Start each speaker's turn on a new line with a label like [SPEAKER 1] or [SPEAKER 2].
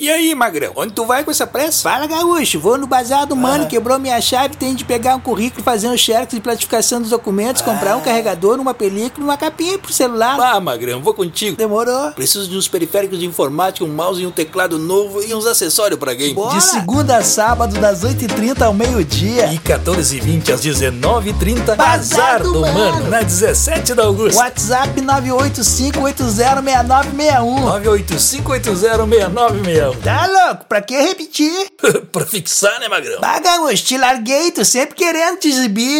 [SPEAKER 1] E aí, magrão, onde tu vai com essa pressa? Ah.
[SPEAKER 2] Fala, gaúcho. Vou no bazar do mano, quebrou minha chave, tem de pegar um currículo, fazer um xerox de platificação dos documentos, comprar um carregador, uma película, uma capinha pro celular.
[SPEAKER 1] Ah, magrão, vou contigo.
[SPEAKER 2] Demorou.
[SPEAKER 1] Preciso de uns periféricos de informática, um mouse e um teclado novo e uns acessórios pra game.
[SPEAKER 2] De segunda a sábado, das 8h30 ao meio-dia.
[SPEAKER 1] E 14h20 às 19h30,
[SPEAKER 2] Bazar do Mano.
[SPEAKER 1] na 17 da Augusta.
[SPEAKER 2] WhatsApp 985806961.
[SPEAKER 1] 985806961.
[SPEAKER 2] Tá louco? Pra que repetir?
[SPEAKER 1] pra fixar, né, magrão?
[SPEAKER 2] Bah, gaúcho, te larguei, tu sempre querendo te exibir.